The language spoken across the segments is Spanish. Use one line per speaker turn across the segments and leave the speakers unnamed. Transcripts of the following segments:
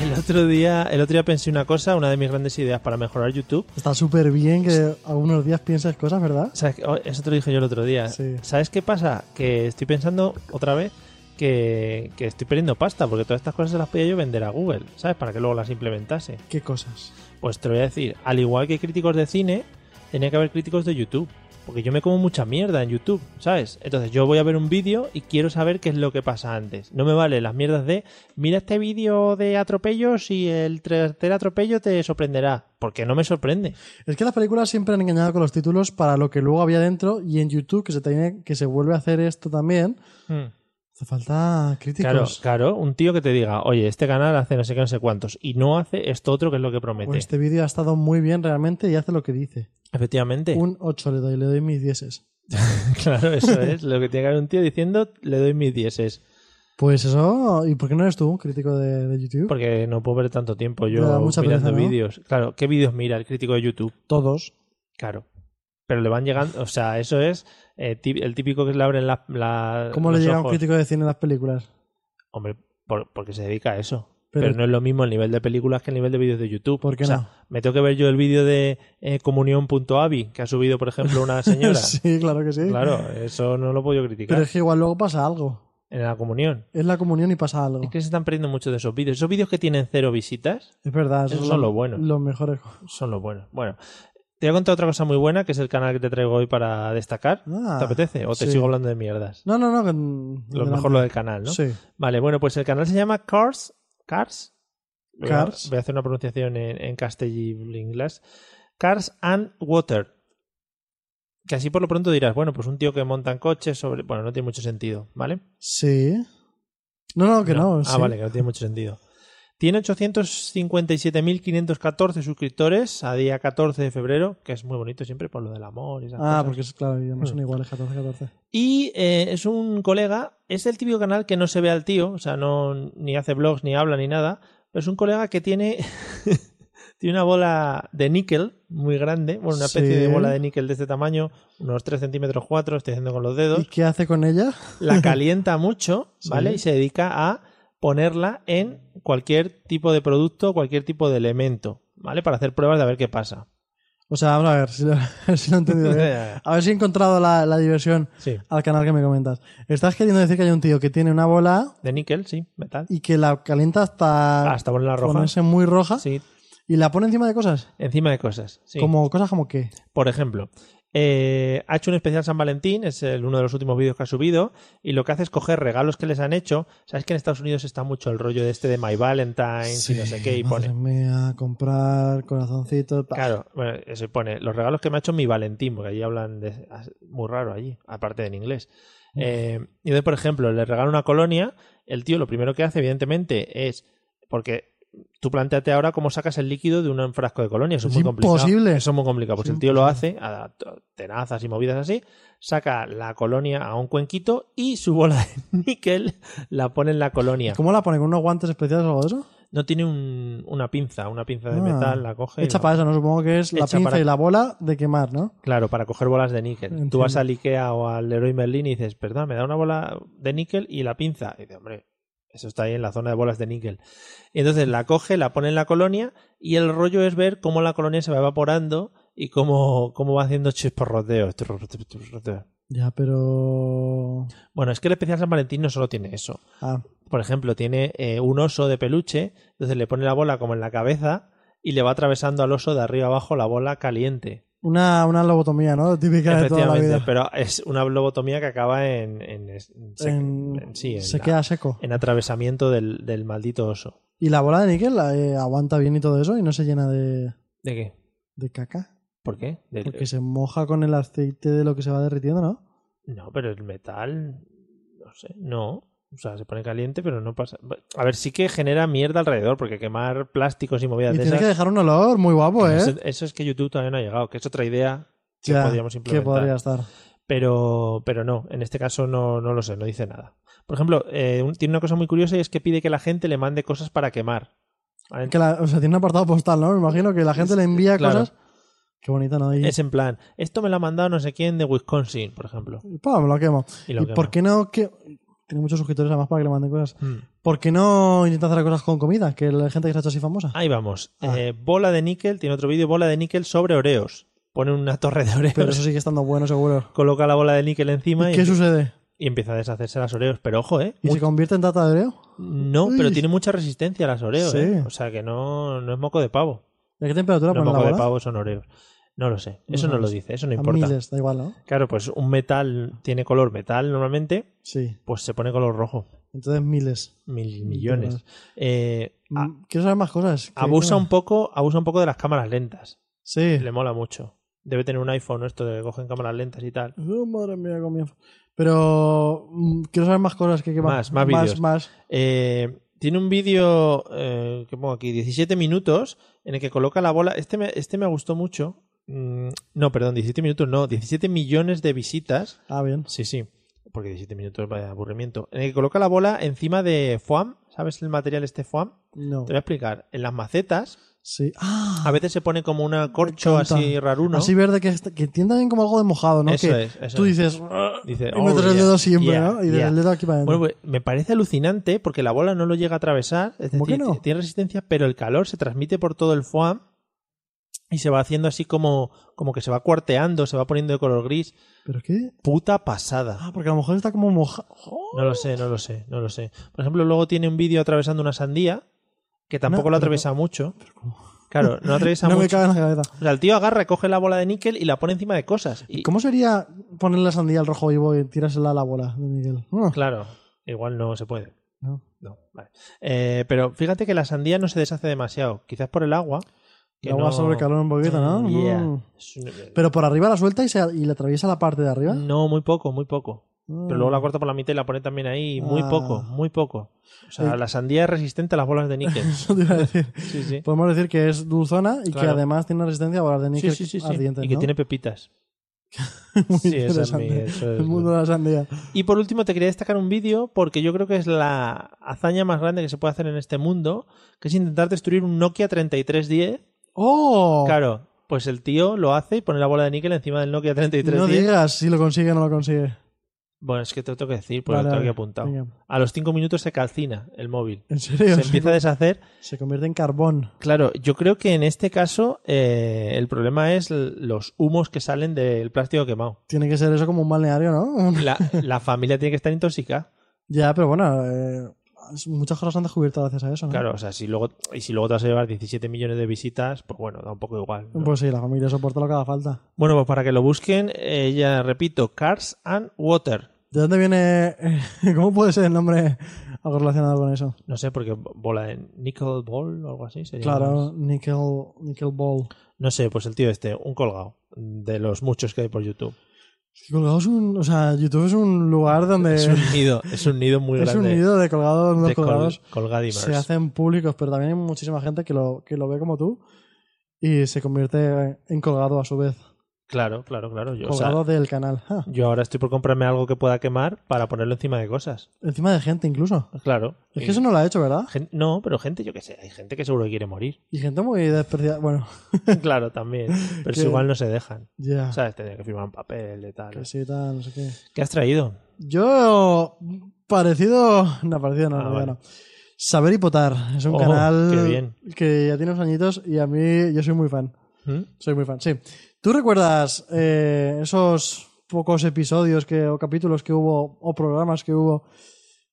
El otro día, el otro día pensé una cosa, una de mis grandes ideas para mejorar YouTube.
Está súper bien que algunos días pienses cosas, ¿verdad?
¿Sabes qué? Oh, Eso te lo dije yo el otro día.
Sí.
¿Sabes qué pasa? Que estoy pensando otra vez que, que estoy perdiendo pasta, porque todas estas cosas se las podía yo vender a Google, ¿sabes? Para que luego las implementase.
¿Qué cosas?
Pues te lo voy a decir, al igual que críticos de cine, tenía que haber críticos de YouTube. Porque yo me como mucha mierda en YouTube, ¿sabes? Entonces yo voy a ver un vídeo y quiero saber qué es lo que pasa antes. No me vale las mierdas de, mira este vídeo de atropellos y el tercer atropello te sorprenderá. Porque no me sorprende.
Es que las películas siempre han engañado con los títulos para lo que luego había dentro y en YouTube que se tiene, que se vuelve a hacer esto también. Hmm. Hace falta críticos. Pues
Claro, claro, un tío que te diga, oye, este canal hace no sé qué, no sé cuántos, y no hace esto otro que es lo que promete.
Pues este vídeo ha estado muy bien realmente y hace lo que dice.
Efectivamente.
Un 8 le doy, le doy mis dieces.
Claro, eso es lo que tiene que haber un tío diciendo, le doy mis dieces.
Pues eso, ¿y por qué no eres tú un crítico de, de YouTube?
Porque no puedo ver tanto tiempo yo
Te da mucha
mirando
pereza, ¿no?
vídeos. Claro, ¿qué vídeos mira el crítico de YouTube?
Todos.
Claro. Pero le van llegando, o sea, eso es eh, tí- el típico que le abren la, la-
¿Cómo le
los
llega a un
ojos.
crítico de cine en las películas?
Hombre, por- porque se dedica a eso.
Pero-
Pero, no es lo mismo el nivel de películas que el nivel de vídeos de YouTube.
¿Por qué
O sea,
no?
me tengo que ver yo el vídeo de eh, comunión.avi que ha subido, por ejemplo, una señora.
sí, claro que sí.
Claro, eso no lo puedo yo criticar
Pero es que igual luego pasa algo.
en la comunión.
Es la comunión y pasa algo.
Es
Es,
que se están perdiendo mucho de esos vídeos. Esos vídeos que tienen cero visitas
verdad.
esos
es
son
lo-
los buenos.
Los mejores.
son los buenos. Bueno, te voy a contar otra cosa muy buena, que es el canal que te traigo hoy para destacar.
Ah,
¿Te apetece? ¿O te
sí.
sigo hablando de mierdas?
No, no, no. que-
Lo
adelante.
mejor lo del canal, ¿no?
Sí.
Vale, bueno, pues el canal se llama Cars. Cars. Voy a-
Cars.
Voy a hacer una pronunciación en, en castellano inglés. Cars and Water. Que así por lo pronto dirás, bueno, pues un tío que monta en coches sobre. Bueno, no tiene mucho sentido, ¿vale?
Sí. No, no, que no.
ah,
sí.
vale, que no tiene mucho sentido. Tiene 857.514 suscriptores a día 14 de febrero, que es muy bonito siempre por lo del amor y esas
Ah,
cosas.
porque es claro, ya no
Hmm.
son iguales 14, 14.
Y eh, es un colega, es el típico canal que no se ve al tío, o sea, no ni hace blogs, ni habla, ni nada, pero es un colega que tiene, tiene una bola de níquel muy grande, bueno, una especie
Sí.
de bola de níquel de este tamaño, unos 3 centímetros 4, estoy haciendo con los dedos,
¿Y qué hace con ella?
la calienta mucho, ¿vale?
Sí.
Y se dedica a ponerla en cualquier tipo de producto, cualquier tipo de elemento, ¿vale? Para hacer pruebas de a ver qué pasa.
O sea, vamos a ver si lo, a ver si lo he entendido bien. A ver si he encontrado la, la diversión
sí.
al canal que me comentas. Estás queriendo decir que hay un tío que tiene una bola
De níquel, sí, metal.
y que la calienta hasta,
Hasta ponerla roja.
ponerse muy roja
Sí,
y la pone encima de cosas.
encima de cosas. Sí.
Como cosas como qué.
Por ejemplo, eh, ha hecho un especial San Valentín, es el- uno de los últimos vídeos que ha subido, y lo que hace es coger regalos que les han hecho. Sabes que en Estados Unidos está mucho el rollo de este de My Valentine, y no sé qué, y
madre
pone.
mía, comprar corazoncitos. pa.
Claro, bueno, eso y pone los regalos que me ha hecho mi Valentín, porque allí hablan de, muy raro allí, aparte de en inglés.
Mm.
Eh, y entonces, por ejemplo, le regalo una colonia, el tío lo primero que hace, evidentemente, es porque tú planteate ahora cómo sacas el líquido de un frasco de colonia, eso es,
Es
muy complicado.
imposible.
Eso es muy complicado, pues
Es
el tío lo hace a t- tenazas y movidas así, saca la colonia a un cuenquito y su bola de níquel la pone en la colonia.
¿Cómo la pone? ¿Con unos guantes especiales o algo de eso?
No tiene un- una pinza, una pinza de
Ah.
metal, la coge. y
Hecha
la-
para eso, ¿no? Supongo que es la
Hecha
pinza
para-
y la bola de quemar, ¿no?
Claro, para coger bolas de níquel.
Entiendo.
Tú vas al Ikea o al Leroy Merlin y dices, perdón, me da una bola de níquel y la pinza. Y dice, hombre, eso está ahí en la zona de bolas de níquel. Y entonces la coge, la pone en la colonia y el rollo es ver cómo la colonia se va evaporando y cómo, cómo va haciendo chisporroteos.
Ya, pero.
Bueno, es que el especial San Valentín no solo tiene eso.
Ah,
Por ejemplo, tiene eh, un oso de peluche, entonces le pone la bola como en la cabeza y le va atravesando al oso de arriba abajo la bola caliente.
una, una lobotomía, ¿no? Típica de toda la
Efectivamente,
vida.
pero es una lobotomía que acaba en, en- en-
En-
en- sí, en
se
la-
queda seco.
en atravesamiento del, del maldito oso.
Y la bola de níquel eh, aguanta bien y todo eso y no se llena de,
¿De qué?
de caca.
¿Por qué? Del-
Porque se moja con el aceite de lo que se va derritiendo, ¿no?
No, pero el metal. No sé, no. O sea, se pone caliente, pero no pasa. A ver, sí que genera mierda alrededor, porque quemar plásticos y movidas
Y
de
tiene
esas.
que dejar un olor muy guapo, ¿eh?
Eso, eso es que YouTube todavía no ha llegado, que es otra idea que
Ya,
podríamos implementar.
Que podría estar.
Pero, pero no, en este caso no, no lo sé, no dice nada. Por ejemplo, eh, un- tiene una cosa muy curiosa y es que pide que la gente le mande cosas para quemar. ¿Vale?
Que la- o sea, tiene un apartado postal, ¿no? Me imagino que la gente le envía
claro.
cosas. Qué bonito, ¿no? Y,
Es en plan, esto me lo ha mandado no sé quién de Wisconsin, por ejemplo.
¡pam! Lo quemo.
Y
¿Y,
lo quema.
por qué no? Que... Tiene muchos suscriptores además para que le manden cosas.
Mm.
¿Por qué Ah. no intenta hacer cosas con comida? Que la gente que se ha hecho así famosa.
Ahí vamos.
Ah.
Eh, bola de níquel, tiene otro vídeo, bola de níquel sobre oreos. Pone una torre de oreos,
Pero eso sigue estando bueno, seguro.
coloca la bola de níquel encima y,
¿Qué sucede?
y empieza a deshacerse las oreos. Pero ojo, ¿eh?
¿Y se convierte en tata de oreo?
No, pero
Uy.
tiene mucha resistencia las oreos,
Sí.
¿eh? O sea que no, no es moco de pavo.
¿Y a qué temperatura
No es
ponen la
moco de
bola?
pavo, son oreos. No lo sé. Eso no,
No
lo
sé.
dice, eso no
a
importa.
miles, da igual, ¿no?
Claro, pues un metal tiene color metal normalmente,
Sí.
pues se pone color rojo.
Entonces miles.
Mil millones. Eh, a-
Mm, Quiero saber más cosas.
abusa un
poco.
poco, abusa un poco de las cámaras lentas.
Sí.
Le mola mucho. Debe tener un iPhone esto de que cogen cámaras lentas y tal.
Oh, madre mía, con mi- Pero mm, quiero saber más cosas que, que
Más, más
más,
vídeos.
más.
Eh, tiene un vídeo eh, que pongo aquí, 17 minutos, en el que coloca la bola. Este me, este me gustó mucho. Mm, no, perdón, 17 minutos, no, 17 millones de visitas.
Ah, bien.
Sí, sí, porque 17 minutos vaya aburrimiento. En el que coloca la bola encima de foam. ¿Sabes el material este foam?
No.
Te voy a explicar. En las macetas,
Sí. Ah,
a veces se pone como una corcho
encanta.
así raruno.
así verde que, est- que tiene también como algo de mojado, ¿no?
Eso
que
es, eso
tú
es.
dices.
Dice,
y metes
"Oh,
el
yeah,
dedo siempre,
yeah,
¿no? Y
yeah".
del dedo aquí para adentro.
Bueno, pues, me parece alucinante porque la bola no lo llega a atravesar, es
¿Cómo
decir,
que no?
ti- tiene resistencia, pero el calor se transmite por todo el foam y se va haciendo así como, como que se va cuarteando, se va poniendo de color gris.
¿Pero qué?
Puta pasada.
Ah, porque a lo mejor está como mojado.
No lo sé, no lo sé, no lo sé. Por ejemplo, luego tiene un vídeo atravesando una sandía que tampoco
No,
lo
pero-
atraviesa mucho. Claro, no atraviesa
no me
mucho.
cabe en la cabeza.
O sea, el tío agarra, coge la bola de níquel y la pone encima de cosas. Y,
¿Cómo sería ponerle la sandía al rojo vivo y tirársela a la bola de Miguel? Ah,
Claro, igual no se puede.
no.
No, vale. Eh, pero fíjate que la sandía no se deshace demasiado. Quizás por el agua. que
El agua
no-
sobrecalora un poquito, ¿no?
Mm, yeah.
Mm.
Es un-
Pero por arriba la suelta y, se, y le atraviesa la parte de arriba.
No, muy poco, muy poco. Mm. Pero luego la corta por la mitad y la pone también ahí. Muy
Mm. Ah.
poco, muy poco. O sea,
Eh.
la sandía es resistente a las bolas de níquel.
Eso te iba a decir.
Sí, sí.
Podemos decir que es dulzona y que
Claro.
además tiene resistencia a bolas de
Sí,
níquel
sí, sí, sí.
ardientes,
Y que
¿no?
tiene pepitas.
Muy
sí, esa es mi-
interesante.
eso es
El mundo de la sandía.
Y por último, te quería destacar un vídeo porque yo creo que es la hazaña más grande que se puede hacer en este mundo, que es intentar destruir un Nokia 3310.
¡Oh!
Claro, pues el tío lo hace y pone la bola de níquel encima del Nokia 3310.
no digas si lo consigue o no lo consigue.
Bueno, es que te lo tengo que decir, porque Pues
Vale,
lo tengo
vale.
aquí apuntado.
Venga.
A los cinco minutos se calcina el móvil.
¿En serio?
Se empieza a deshacer.
Se convierte en carbón.
Claro, yo creo que en este caso eh, el problema es l- los humos que salen del plástico quemado.
Tiene que ser eso como un balneario, ¿no?
La, la familia tiene que estar intoxicada.
ya, pero bueno, eh, muchas cosas han descubierto gracias a eso, ¿no?
Claro, o sea, si luego, y si luego te vas a llevar 17 millones de visitas, pues bueno, da un poco igual. ¿no?
Pues sí, la familia soporta lo que haga falta.
Bueno, pues para que lo busquen, eh, ya repito, Cars and Water.
¿De dónde viene? eh, ¿Cómo puede ser el nombre algo relacionado con eso?
No sé, porque bola de nickel ball o algo así. sería
Claro, Nickel, nickel Ball.
No sé, pues el tío este, un colgado de los muchos que hay por YouTube.
Colgados un, o sea, YouTube es un lugar donde
Es un nido, es un nido muy
Eh, es un
grande.
nido de colgados, los
de col-
colgados
colgadimers.
se hacen públicos, pero también hay muchísima gente que lo, que lo ve como tú y se convierte en colgado a su vez,
Claro, claro, claro. Yo, o sea,
colgado del canal, Ah,
yo ahora estoy por comprarme algo que pueda quemar para ponerlo encima de cosas.
encima de gente incluso.
Claro.
Es
Y
que eso no lo ha hecho, ¿verdad?
gen- no, pero gente, yo qué sé, hay gente que seguro que quiere morir.
Y gente muy despreciada, bueno,
claro, también. Pero si
Que-
igual no se dejan.
ya,
¿Sabes? Tendría que firmar un papel de tal.
que sí, tal, no sé qué.
¿Qué has traído?
Yo parecido, no parecido, no,
Ah,
no,
vale.
no. Saber hipotar es un
Oh,
canal
qué bien.
que ya tiene unos añitos y a mí yo soy muy fan.
¿Mm?
Soy muy fan, sí. ¿Tú recuerdas eh, esos pocos episodios que, o capítulos que hubo, o programas que hubo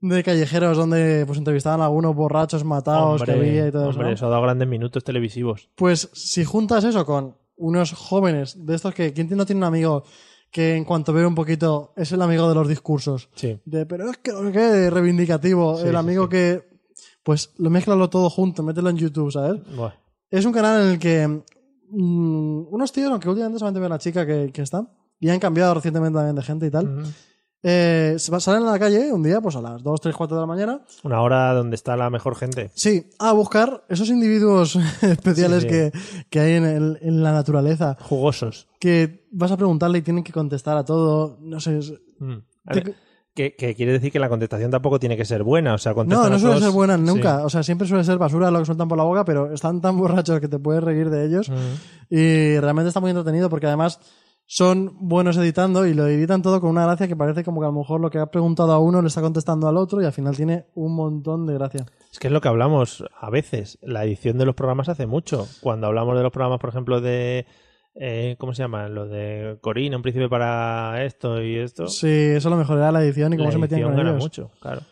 de callejeros donde pues entrevistaban a algunos borrachos matados
Hombre,
que había y todo eso?
hombre,
¿no?
eso ha dado grandes minutos televisivos.
Pues si juntas eso con unos jóvenes de estos que, ¿quién no tiene un amigo que en cuanto ve un poquito es el amigo de los discursos?
Sí.
De, pero es que no sé qué, de reivindicativo,
Sí,
el
sí,
amigo
sí.
que pues lo mezclalo todo junto, mételo en YouTube, ¿sabes?
Buah.
Es un canal en el que mm, unos tíos, aunque últimamente solamente veo a la chica que, que está, y han cambiado recientemente también de gente y tal,
Ujú.
eh, se va- salen a la calle un día, pues a las 2, 3, 4 de la mañana,
Una hora donde está la mejor gente.
sí, a buscar esos individuos especiales
Sí, sí.
Que, que hay en, el- en la naturaleza,
Jugosos.
que vas a preguntarle y tienen que contestar a todo, no sé, es-
Mm. A
Te-
ver, que, que quiere decir que la contestación tampoco tiene que ser buena. O sea,
No,
contestan
no
a
suelen
todos-
ser buenas
Sí.
nunca. O sea, siempre suele ser basura lo que sueltan por la boca, pero están tan borrachos que te puedes reír de ellos.
Mm.
Y realmente está muy entretenido porque además son buenos editando y lo editan todo con una gracia que parece como que a lo mejor lo que ha preguntado a uno le está contestando al otro y al final tiene un montón de gracia.
Es que es lo que hablamos a veces. La edición de los programas hace mucho. Cuando hablamos de los programas, por ejemplo, de. eh, ¿Cómo se llama? Los de Corina, un príncipe para esto y esto.
Sí, eso lo mejorará la edición y cómo
la
se metían
edición
con
gana
ellos.
mucho, claro.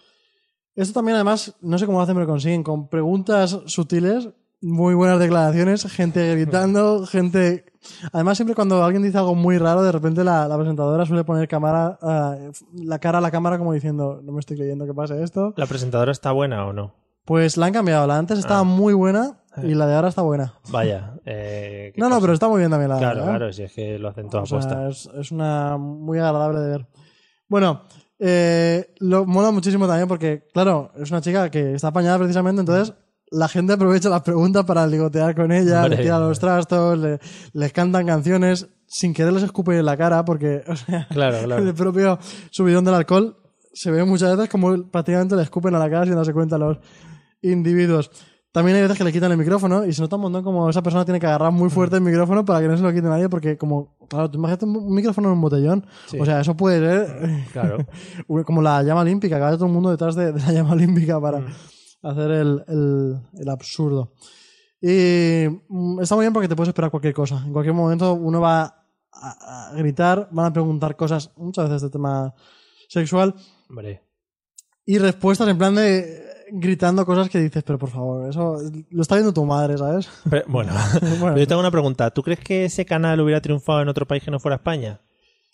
Esto también además, no sé cómo lo hacen, pero consiguen con preguntas sutiles, muy buenas declaraciones, gente gritando, gente... Además, siempre cuando alguien dice algo muy raro, de repente la, la presentadora suele poner cámara, ah, la cara a la cámara como diciendo, no me estoy creyendo que pase esto.
¿La presentadora está buena o no?
Pues la han cambiado, la antes estaba
Ah.
muy buena y la de ahora está buena.
Vaya. eh, qué
No, no,
cosa.
pero está muy bien también la de
Claro,
ahora, ¿eh?
claro, si es que lo hacen toda
O sea,
apuesta.
es, es una muy agradable de ver. Bueno, eh, lo mola muchísimo también porque, claro, es una chica que está apañada precisamente, entonces la gente aprovecha las preguntas para ligotear con ella,
Hombre.
le tira los trastos, le- les cantan canciones, sin querer les escupen en la cara porque, o sea,
Claro,
el
claro.
propio subidón del alcohol se ve muchas veces como prácticamente le escupen a la cara sin darse cuenta los individuos. También hay veces que le quitan el micrófono y se nota un montón como esa persona tiene que agarrar muy fuerte el micrófono para que no se lo quite nadie porque como, claro, tú imagínate un micrófono en un botellón.
Sí.
O sea, eso puede ser eh,
Claro.
como la llama olímpica, que vaya todo el mundo detrás de, de la llama olímpica para
Mm.
hacer el, el- el absurdo. Y mm, está muy bien porque te puedes esperar cualquier cosa. En cualquier momento uno va a, a gritar, van a preguntar cosas, muchas veces de tema sexual,
Hombre.
y respuestas en plan de eh, gritando cosas que dices, pero por favor, eso lo está viendo tu madre, ¿sabes?
Pero, bueno.
Bueno.
Pero yo tengo una pregunta. ¿Tú crees que ese canal hubiera triunfado en otro país que no fuera España?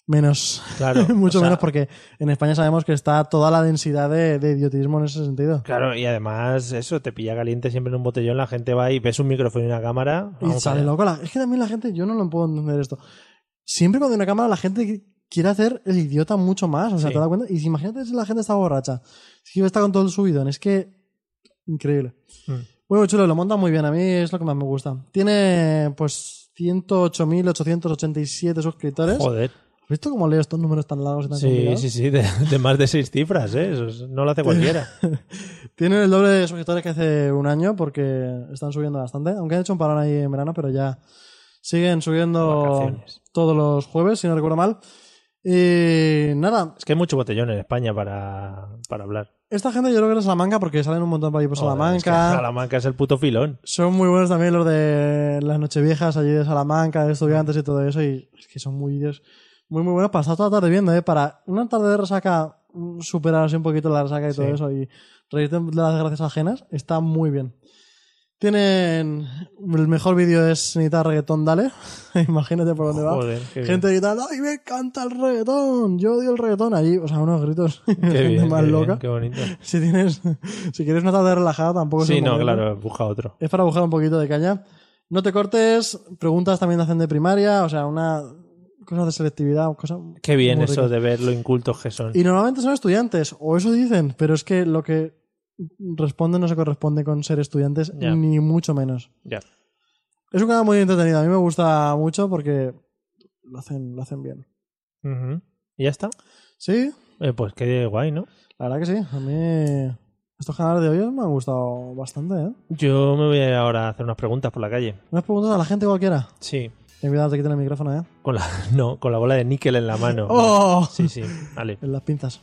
Menos,
Claro.
mucho
o sea,
menos porque en España sabemos que está toda la densidad de, de idiotismo en ese sentido.
Claro, y además eso, te pilla caliente siempre en un botellón, la gente va y ves un micrófono y una cámara.
Y
vamos eh,
sale
allá.
loco. la- es que también la gente, yo no lo puedo entender esto. Siempre cuando hay una cámara, la gente qui- quiere hacer el idiota mucho más. O sea,
Sí.
¿te das cuenta? Y si- imagínate si la gente está borracha. Si está con todo el subidón. Es que. Increíble.
Mm.
Muy chulo, lo monta muy bien. A mí es lo que más me gusta. Tiene, pues, 108.887 suscriptores.
Joder.
¿Has visto cómo leo estos números tan largos y tan
Sí,
complicados?
sí, sí, de, de más de seis cifras, ¿eh? Eso es- no lo hace cualquiera.
Tienen el doble de suscriptores que hace un año porque están subiendo bastante. Aunque han hecho un parón ahí en verano, pero ya siguen subiendo
Vacaciones.
todos los jueves, si no recuerdo mal. Y nada,
Es que hay mucho botellón en España para, para hablar.
esta gente yo creo que es Salamanca porque salen un montón por ahí por
Joder, es que
Pues Salamanca.
Salamanca es el puto filón.
Son muy buenos también los de las nocheviejas allí de Salamanca, de estudiantes y todo eso. Y es que son muy vídeos muy, muy buenos para estar toda la tarde viendo, ¿eh? Para una tarde de resaca, mm, superar así un poquito la resaca y todo
Sí.
eso y reírte de las gracias ajenas, está muy bien. Tienen. El mejor vídeo es Necesitar Reggaetón Dale. Imagínate por dónde va.
Joder, qué bien.
Gente gritando, ¡ay, me encanta el reggaetón! Yo odio el reggaetón. Allí, o sea, unos gritos.
Qué
gente
bien,
más
qué bien,
loca.
qué bonito.
Si tienes. Si quieres una tarde relajada, tampoco es
Sí,
el
no,
momento.
claro, busca otro.
Es para buscar un poquito de caña. No te cortes, preguntas también te hacen de primaria, o sea, una cosas de selectividad, cosas
Qué bien
muy
eso
ricas.
de ver lo incultos que son.
Y normalmente son estudiantes, o eso dicen, pero es que lo que responden no se corresponde con ser estudiantes,
Ya.
ni mucho menos.
Ya.
Es un canal muy entretenido, a mí me gusta mucho porque lo hacen, lo hacen bien.
Ujú. ¿Y ya está?
Sí,
Eh, pues qué guay, ¿no?
la verdad que sí, a mí estos canales de hoy me han gustado bastante, ¿eh?
Yo me voy a ir ahora a hacer unas preguntas por la calle.
Unas preguntas a la gente cualquiera.
Sí.
Ten cuidado, te quitan el micrófono, ¿eh?
Con la, no, con la bola de níquel en la mano.
¡Oh!
Sí, sí, vale.
En las pinzas.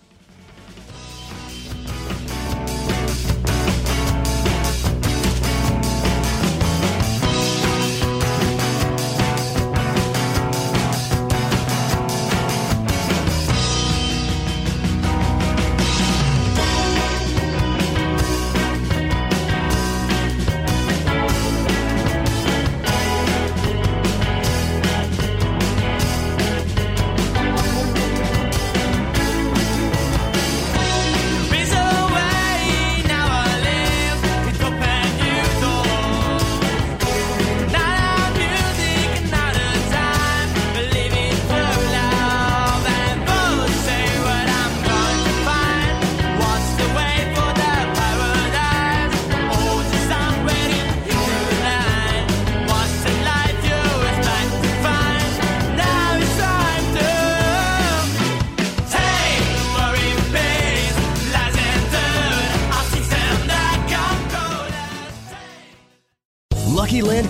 Lucky Land